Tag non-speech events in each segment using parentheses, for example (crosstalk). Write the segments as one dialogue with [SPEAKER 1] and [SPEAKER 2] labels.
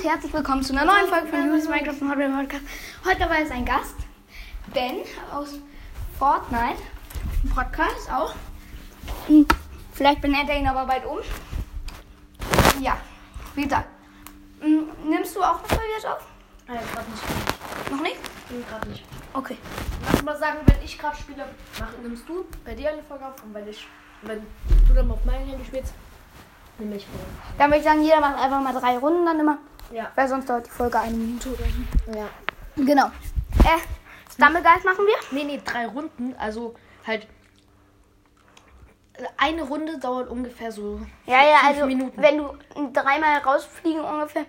[SPEAKER 1] und herzlich willkommen zu einer neuen Folge von Julius Minecraft und Hardware Podcast. Heute dabei ist ein Gast, Ben aus Fortnite, im Podcast auch. Hm, Vielleicht benennt er ihn aber bald um. Ja, wie gesagt. Hm, Nimmst du auch noch mal jetzt auf?
[SPEAKER 2] Nein, gerade nicht.
[SPEAKER 1] Noch nicht?
[SPEAKER 2] Ich gerade nicht.
[SPEAKER 1] Okay.
[SPEAKER 2] Lass mal sagen, wenn ich gerade spiele, mach, nimmst du bei dir eine Folge auf und wenn ich, wenn du dann auf meinem Handy spielst, nehme ich vor.
[SPEAKER 1] Dann würde ich sagen, jeder macht einfach mal drei Runden dann immer,
[SPEAKER 2] Ja.
[SPEAKER 1] weil sonst dauert die Folge eine Minute oder so.
[SPEAKER 2] Ja.
[SPEAKER 1] Genau. Äh, Stumbleguys machen wir?
[SPEAKER 2] Nee, nee, drei Runden, also halt äh, eine Runde dauert ungefähr so.
[SPEAKER 1] Ja, ja,
[SPEAKER 2] Fünf
[SPEAKER 1] also
[SPEAKER 2] Minuten.
[SPEAKER 1] wenn du dreimal rausfliegen ungefähr,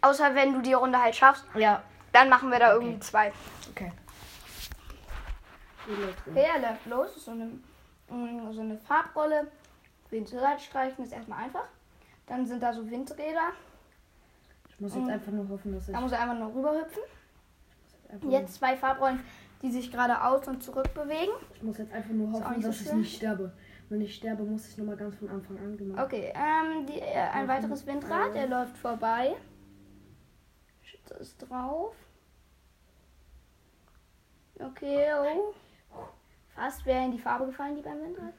[SPEAKER 1] außer wenn du die Runde halt schaffst,
[SPEAKER 2] Ja.
[SPEAKER 1] dann machen wir da irgendwie zwei.
[SPEAKER 2] Okay.
[SPEAKER 1] Wer läuft los? Ist so eine, mm, so eine Farbrolle. Wen zur Seite streichen ist erstmal einfach. Dann sind da so Windräder.
[SPEAKER 2] Ich muss jetzt einfach nur hoffen, dass ich.
[SPEAKER 1] Da muss er einfach nur rüberhüpfen. Jetzt zwei Farbrollen, die sich geradeaus und zurück bewegen.
[SPEAKER 2] Ich muss jetzt einfach nur
[SPEAKER 1] hoffen, auch nicht so dass ich schlimm. nicht
[SPEAKER 2] sterbe. Wenn ich sterbe, muss ich nochmal ganz von Anfang an gemacht.
[SPEAKER 1] Okay, ähm, die, äh,
[SPEAKER 2] Mhm.
[SPEAKER 1] ein weiteres Windrad, der läuft vorbei. Schütze ist drauf. Okay, oh. Fast wäre in die Farbe gefallen, die beim Windrad.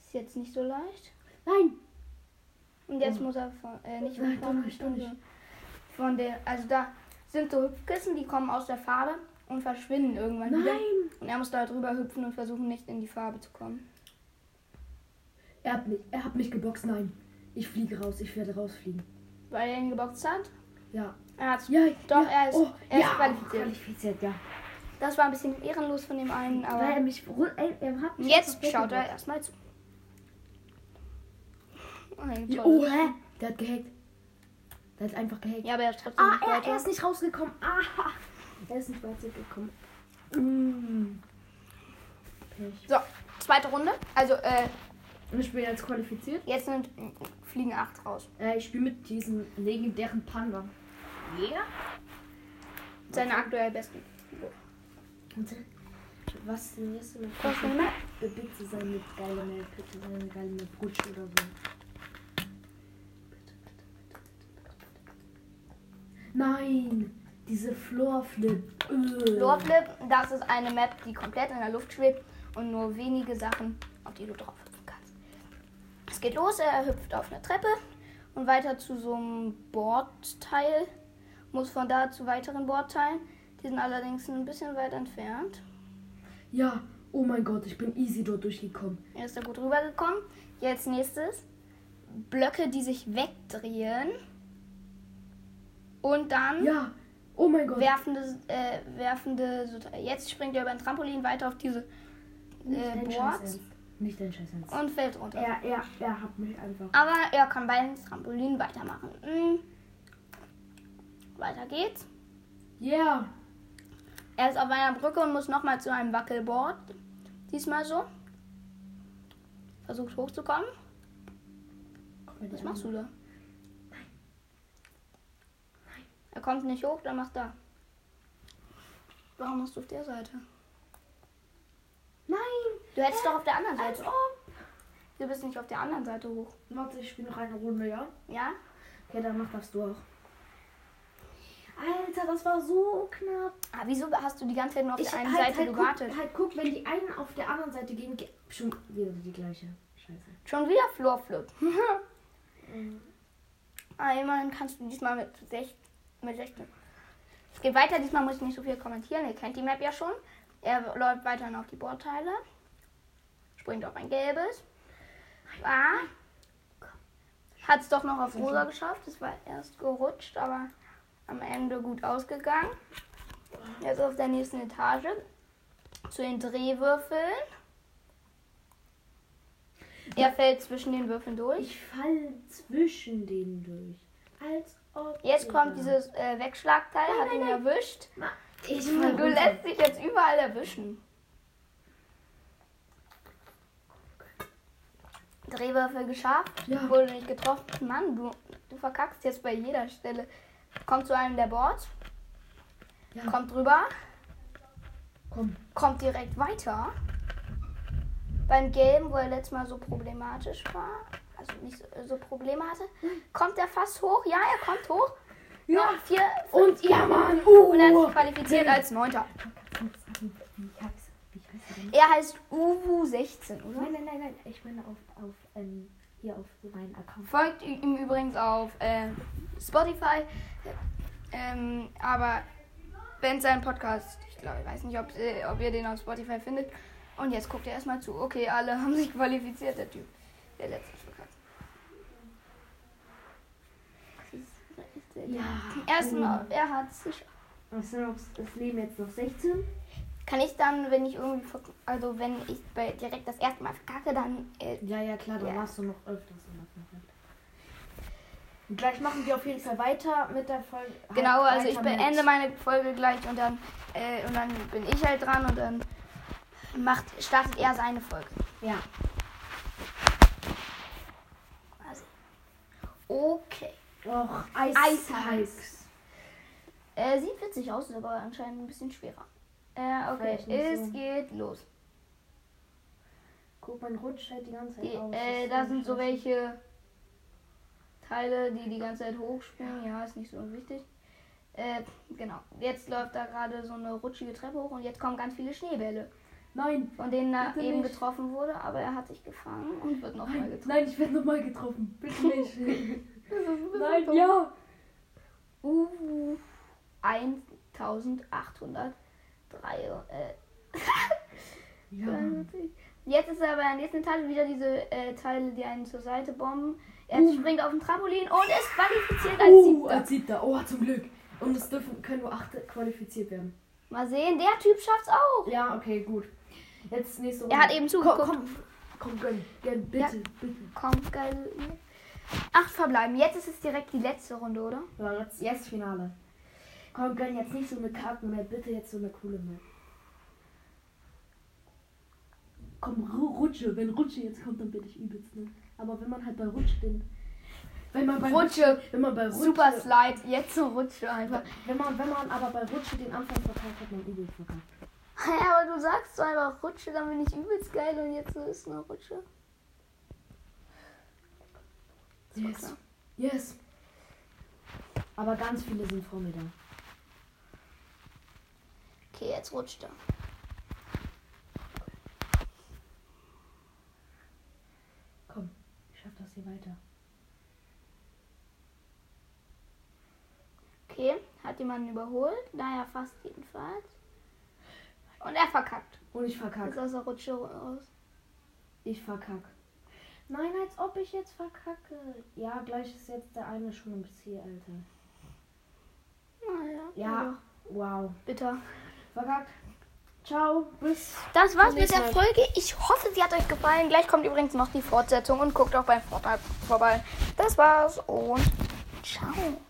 [SPEAKER 1] Ist jetzt nicht so leicht.
[SPEAKER 2] Nein!
[SPEAKER 1] Und jetzt muss er von, äh, nicht von
[SPEAKER 2] Mhm. Nein, doch
[SPEAKER 1] vorne,
[SPEAKER 2] nicht, doch nicht.
[SPEAKER 1] sondern von der, also da sind so Hüpfkissen, die kommen aus der Farbe und verschwinden irgendwann
[SPEAKER 2] Also,
[SPEAKER 1] wieder.
[SPEAKER 2] Nein!
[SPEAKER 1] Und er muss da drüber hüpfen und versuchen nicht in die Farbe zu kommen.
[SPEAKER 2] Er hat mich, er hat mich geboxt, nein. Ich fliege raus, ich werde rausfliegen.
[SPEAKER 1] Weil er ihn geboxt hat.
[SPEAKER 2] Ja.
[SPEAKER 1] Er hat's
[SPEAKER 2] Ja,
[SPEAKER 1] Doch,
[SPEAKER 2] ja.
[SPEAKER 1] er ist-
[SPEAKER 2] oh,
[SPEAKER 1] er ist
[SPEAKER 2] ja,
[SPEAKER 1] qualifiziert.
[SPEAKER 2] qualifiziert, ja.
[SPEAKER 1] Das war ein bisschen ehrenlos von dem einen, aber.
[SPEAKER 2] Weil er mich, ru- ey, er hat mich
[SPEAKER 1] Jetzt
[SPEAKER 2] einfach
[SPEAKER 1] schaut er
[SPEAKER 2] weggemacht.
[SPEAKER 1] erstmal zu. Ein
[SPEAKER 2] Ja,
[SPEAKER 1] tolles-
[SPEAKER 2] oh, hä? Der hat gehackt. Der hat einfach gehackt.
[SPEAKER 1] Ja, aber oh. er ist trotzdem
[SPEAKER 2] ah,
[SPEAKER 1] nicht
[SPEAKER 2] er,
[SPEAKER 1] weiter.
[SPEAKER 2] er ist nicht rausgekommen. Ah, (laughs) er ist nicht weitergekommen. Mm. Pech.
[SPEAKER 1] So, zweite Runde. Also, äh,
[SPEAKER 2] Ich bin jetzt qualifiziert.
[SPEAKER 1] jetzt sind, fliegen acht raus.
[SPEAKER 2] Äh, ich spiele mit diesem legendären Panda. Yeah.
[SPEAKER 1] Seine aktuell besten.
[SPEAKER 2] Was ist denn jetzt so eine
[SPEAKER 1] (laughs) Was für eine Map?
[SPEAKER 2] Bitte sei mit geile Map, bitte sei mit geile Map, Rutsch oder so. Bitte, bitte, bitte, bitte, bitte. Nein, diese Floorflip. Äh.
[SPEAKER 1] Lorblip, das ist eine Map, die komplett in der Luft schwebt und nur wenige Sachen, auf die du drauf hüpfen kannst. Es geht los, er hüpft auf eine Treppe und weiter zu so einem Bordteil. Muss von da zu weiteren Bordteilen. Die sind allerdings ein bisschen weit entfernt.
[SPEAKER 2] Ja, oh mein Gott, ich bin easy dort durchgekommen.
[SPEAKER 1] Er ist da gut rübergekommen. Jetzt nächstes. Blöcke, die sich wegdrehen. Und dann
[SPEAKER 2] Ja, oh mein Gott.
[SPEAKER 1] werfende, äh, werfende. so- Jetzt springt er über ein Trampolin weiter auf diese
[SPEAKER 2] Nicht
[SPEAKER 1] äh,
[SPEAKER 2] dein Scheiß
[SPEAKER 1] Boards
[SPEAKER 2] Ernst. Nicht dein Scheiß Ernst.
[SPEAKER 1] und fällt runter.
[SPEAKER 2] Er, er, er hat mich einfach.
[SPEAKER 1] Aber er kann beim Trampolin weitermachen. Mm. Weiter geht's.
[SPEAKER 2] Yeah.
[SPEAKER 1] Er ist auf einer Brücke und muss nochmal zu einem Wackelboard. Diesmal so. Versucht hochzukommen. Was machst du da? Nein. Er kommt nicht hoch, dann macht da. Warum machst du auf der Seite?
[SPEAKER 2] Nein.
[SPEAKER 1] Du hättest doch auf der anderen
[SPEAKER 2] Als
[SPEAKER 1] Seite.
[SPEAKER 2] ob.
[SPEAKER 1] Du bist nicht auf der anderen Seite hoch.
[SPEAKER 2] Warte, ich spiele noch eine Runde, ja?
[SPEAKER 1] Ja?
[SPEAKER 2] Okay, dann mach das du auch. Alter, das war so knapp.
[SPEAKER 1] Ah, wieso hast du die ganze Zeit nur auf der einen Seite
[SPEAKER 2] halt,
[SPEAKER 1] gewartet?
[SPEAKER 2] Guck, halt guck, wenn die einen auf der anderen Seite gehen, ge schon wieder die gleiche. Scheiße.
[SPEAKER 1] Schon wieder (laughs) Floorflip. Mhm. ah, immerhin kannst du diesmal mit 16. Mit 16. Es geht weiter, diesmal muss ich nicht so viel kommentieren. Ihr kennt die Map ja schon. Er läuft weiterhin auf die Bordteile. Springt auf ein gelbes. Ah. Hat es doch noch auf rosa geschafft. Es war erst gerutscht, aber am Ende gut ausgegangen. Jetzt auf der nächsten Etage. Zu den Drehwürfeln. Er fällt zwischen den Würfeln durch.
[SPEAKER 2] Ich falle zwischen denen durch. Als ob.
[SPEAKER 1] Jetzt
[SPEAKER 2] Digga.
[SPEAKER 1] kommt dieses äh, Wegschlagteil, hat ihn
[SPEAKER 2] (laughs)
[SPEAKER 1] erwischt.
[SPEAKER 2] Na, Ich fall
[SPEAKER 1] Du
[SPEAKER 2] runter.
[SPEAKER 1] lässt dich jetzt überall erwischen. Drehwürfel geschafft,
[SPEAKER 2] Ja.
[SPEAKER 1] wurde nicht getroffen. Mann, du, du verkackst jetzt bei jeder Stelle. Kommt zu einem der Boards,
[SPEAKER 2] Ja, komm.
[SPEAKER 1] kommt drüber,
[SPEAKER 2] komm.
[SPEAKER 1] kommt direkt weiter. Beim Gelben, wo er letztes Mal so problematisch war, also nicht so, so Probleme hatte, kommt er fast hoch. Ja, er kommt hoch. Ja,
[SPEAKER 2] Hm. Ja.
[SPEAKER 1] vier.
[SPEAKER 2] Und ja, Mann. Uh.
[SPEAKER 1] Und er hat sich qualifiziert als Neunter.
[SPEAKER 3] Wie heißt, wie heißt sie denn?
[SPEAKER 1] Er heißt Uwu16, oder?
[SPEAKER 3] Nein, nein, nein, nein. Ich meine auf, auf ähm, hier auf meinen Account.
[SPEAKER 1] Folgt ihm übrigens auf ähm, Spotify. Ähm, aber wenn sein Podcast, ich glaube, ich weiß nicht, ob, äh, ob ihr den auf Spotify findet. Und jetzt guckt ihr erstmal zu. Okay, alle (laughs) haben sich qualifiziert, der Typ. Der letzte Verkauf.
[SPEAKER 3] Ja.
[SPEAKER 1] Erstmal, er hat sich
[SPEAKER 2] Mhm.
[SPEAKER 3] Es sind noch, es leben jetzt noch 16.
[SPEAKER 1] Kann ich dann, wenn ich irgendwie, verk- also wenn ich bei, direkt das erste Mal verkacke, dann. Äh,
[SPEAKER 2] Ja, ja, klar, dann
[SPEAKER 1] Ja.
[SPEAKER 2] machst du noch öfters immer perfekt. Und gleich machen wir auf jeden Fall weiter mit der Folge.
[SPEAKER 1] genau,
[SPEAKER 2] halt
[SPEAKER 1] also ich
[SPEAKER 2] weiter mit-
[SPEAKER 1] beende meine Folge gleich und dann, äh, und dann bin ich halt dran und dann macht, startet er seine Folge.
[SPEAKER 2] Ja.
[SPEAKER 1] Also. Okay.
[SPEAKER 2] Och, Eis.
[SPEAKER 1] Eis-
[SPEAKER 2] Eis.
[SPEAKER 1] Äh, sieht witzig aus, ist aber anscheinend ein bisschen schwerer. Äh, okay,
[SPEAKER 2] Vielleicht nicht
[SPEAKER 1] es
[SPEAKER 2] so.
[SPEAKER 1] geht los.
[SPEAKER 2] Guck, man rutscht halt die ganze Zeit
[SPEAKER 1] Die,
[SPEAKER 2] aus.
[SPEAKER 1] äh,
[SPEAKER 2] Das
[SPEAKER 1] da
[SPEAKER 2] ist
[SPEAKER 1] sind so
[SPEAKER 2] scheiße.
[SPEAKER 1] welche Teile, die die ganze Zeit hochspringen. Ja, ist nicht so wichtig. Äh, genau. Jetzt läuft da gerade so eine rutschige Treppe hoch und jetzt kommen ganz viele Schneebälle,
[SPEAKER 2] Nein,
[SPEAKER 1] von denen er
[SPEAKER 2] Bitte
[SPEAKER 1] eben
[SPEAKER 2] nicht.
[SPEAKER 1] getroffen wurde, aber er hat sich gefangen und wird nochmal getroffen.
[SPEAKER 2] nein, ich werde nochmal getroffen.
[SPEAKER 1] (laughs)
[SPEAKER 2] Bitte nicht.
[SPEAKER 1] Das ist ein bisschen
[SPEAKER 2] nein,
[SPEAKER 1] dumm.
[SPEAKER 2] ja.
[SPEAKER 1] Uh, 1803. Äh,
[SPEAKER 2] Ja.
[SPEAKER 1] 73. Jetzt ist er bei der nächsten Etage wieder diese äh, Teile, die einen zur Seite bomben. Er springt auf den Trampolin und ist qualifiziert Uh. als
[SPEAKER 2] Uh,
[SPEAKER 1] Siebter.
[SPEAKER 2] als siebter. Oh, zum Glück. Und es dürfen, können nur achte qualifiziert werden.
[SPEAKER 1] Mal sehen, der Typ schafft's auch.
[SPEAKER 2] Ja, okay, gut. Jetzt nächste Runde.
[SPEAKER 1] Er hat eben zugeguckt. Komm,
[SPEAKER 2] Komm, komm, gönn. Gönn, bitte,
[SPEAKER 1] Ja.
[SPEAKER 2] bitte.
[SPEAKER 1] geil. Acht verbleiben. Jetzt ist es direkt die letzte Runde, oder?
[SPEAKER 2] Ja, jetzt, jetzt Finale. Komm, gönn jetzt nicht so eine Kartenmap, bitte jetzt so eine coole Map. Komm, Ru- Rutsche. Wenn Rutsche jetzt kommt, dann bin ich übelst, ne? Aber wenn man halt bei Rutsche den... Wenn man bei
[SPEAKER 1] Rutsche.
[SPEAKER 2] wenn man bei Rutsche...
[SPEAKER 1] Super Slide. Jetzt so Rutsche einfach.
[SPEAKER 2] Wenn man, wenn man aber bei Rutsche den Anfang verkauft, hat man übel verkauft.
[SPEAKER 1] Ja, aber du sagst so einfach Rutsche, dann bin ich übelst geil und jetzt ist eine Rutsche. Das war
[SPEAKER 2] Yes.
[SPEAKER 1] klar.
[SPEAKER 2] Yes. Aber ganz viele sind vor mir da.
[SPEAKER 1] Okay, jetzt rutscht er.
[SPEAKER 2] Komm, ich schaff das hier weiter.
[SPEAKER 1] Okay, hat jemanden überholt. Naja, fast jedenfalls. Und er verkackt.
[SPEAKER 2] Und ich
[SPEAKER 1] Ist
[SPEAKER 2] verkacke.
[SPEAKER 1] aus der Rutsche raus.
[SPEAKER 2] Ich verkacke. Nein, als ob ich jetzt verkacke. Ja, gleich ist jetzt der eine schon im Ziel, Alter.
[SPEAKER 1] Naja.
[SPEAKER 2] Ja, wow.
[SPEAKER 1] Bitter.
[SPEAKER 2] Verkackt. Ciao, bis.
[SPEAKER 1] Das war's
[SPEAKER 2] Zum
[SPEAKER 1] mit der
[SPEAKER 2] nächsten Mal.
[SPEAKER 1] Folge. Ich hoffe, sie hat euch gefallen. Gleich kommt übrigens noch die Fortsetzung und guckt auch beim Vortrag vorbei. Das war's und ciao.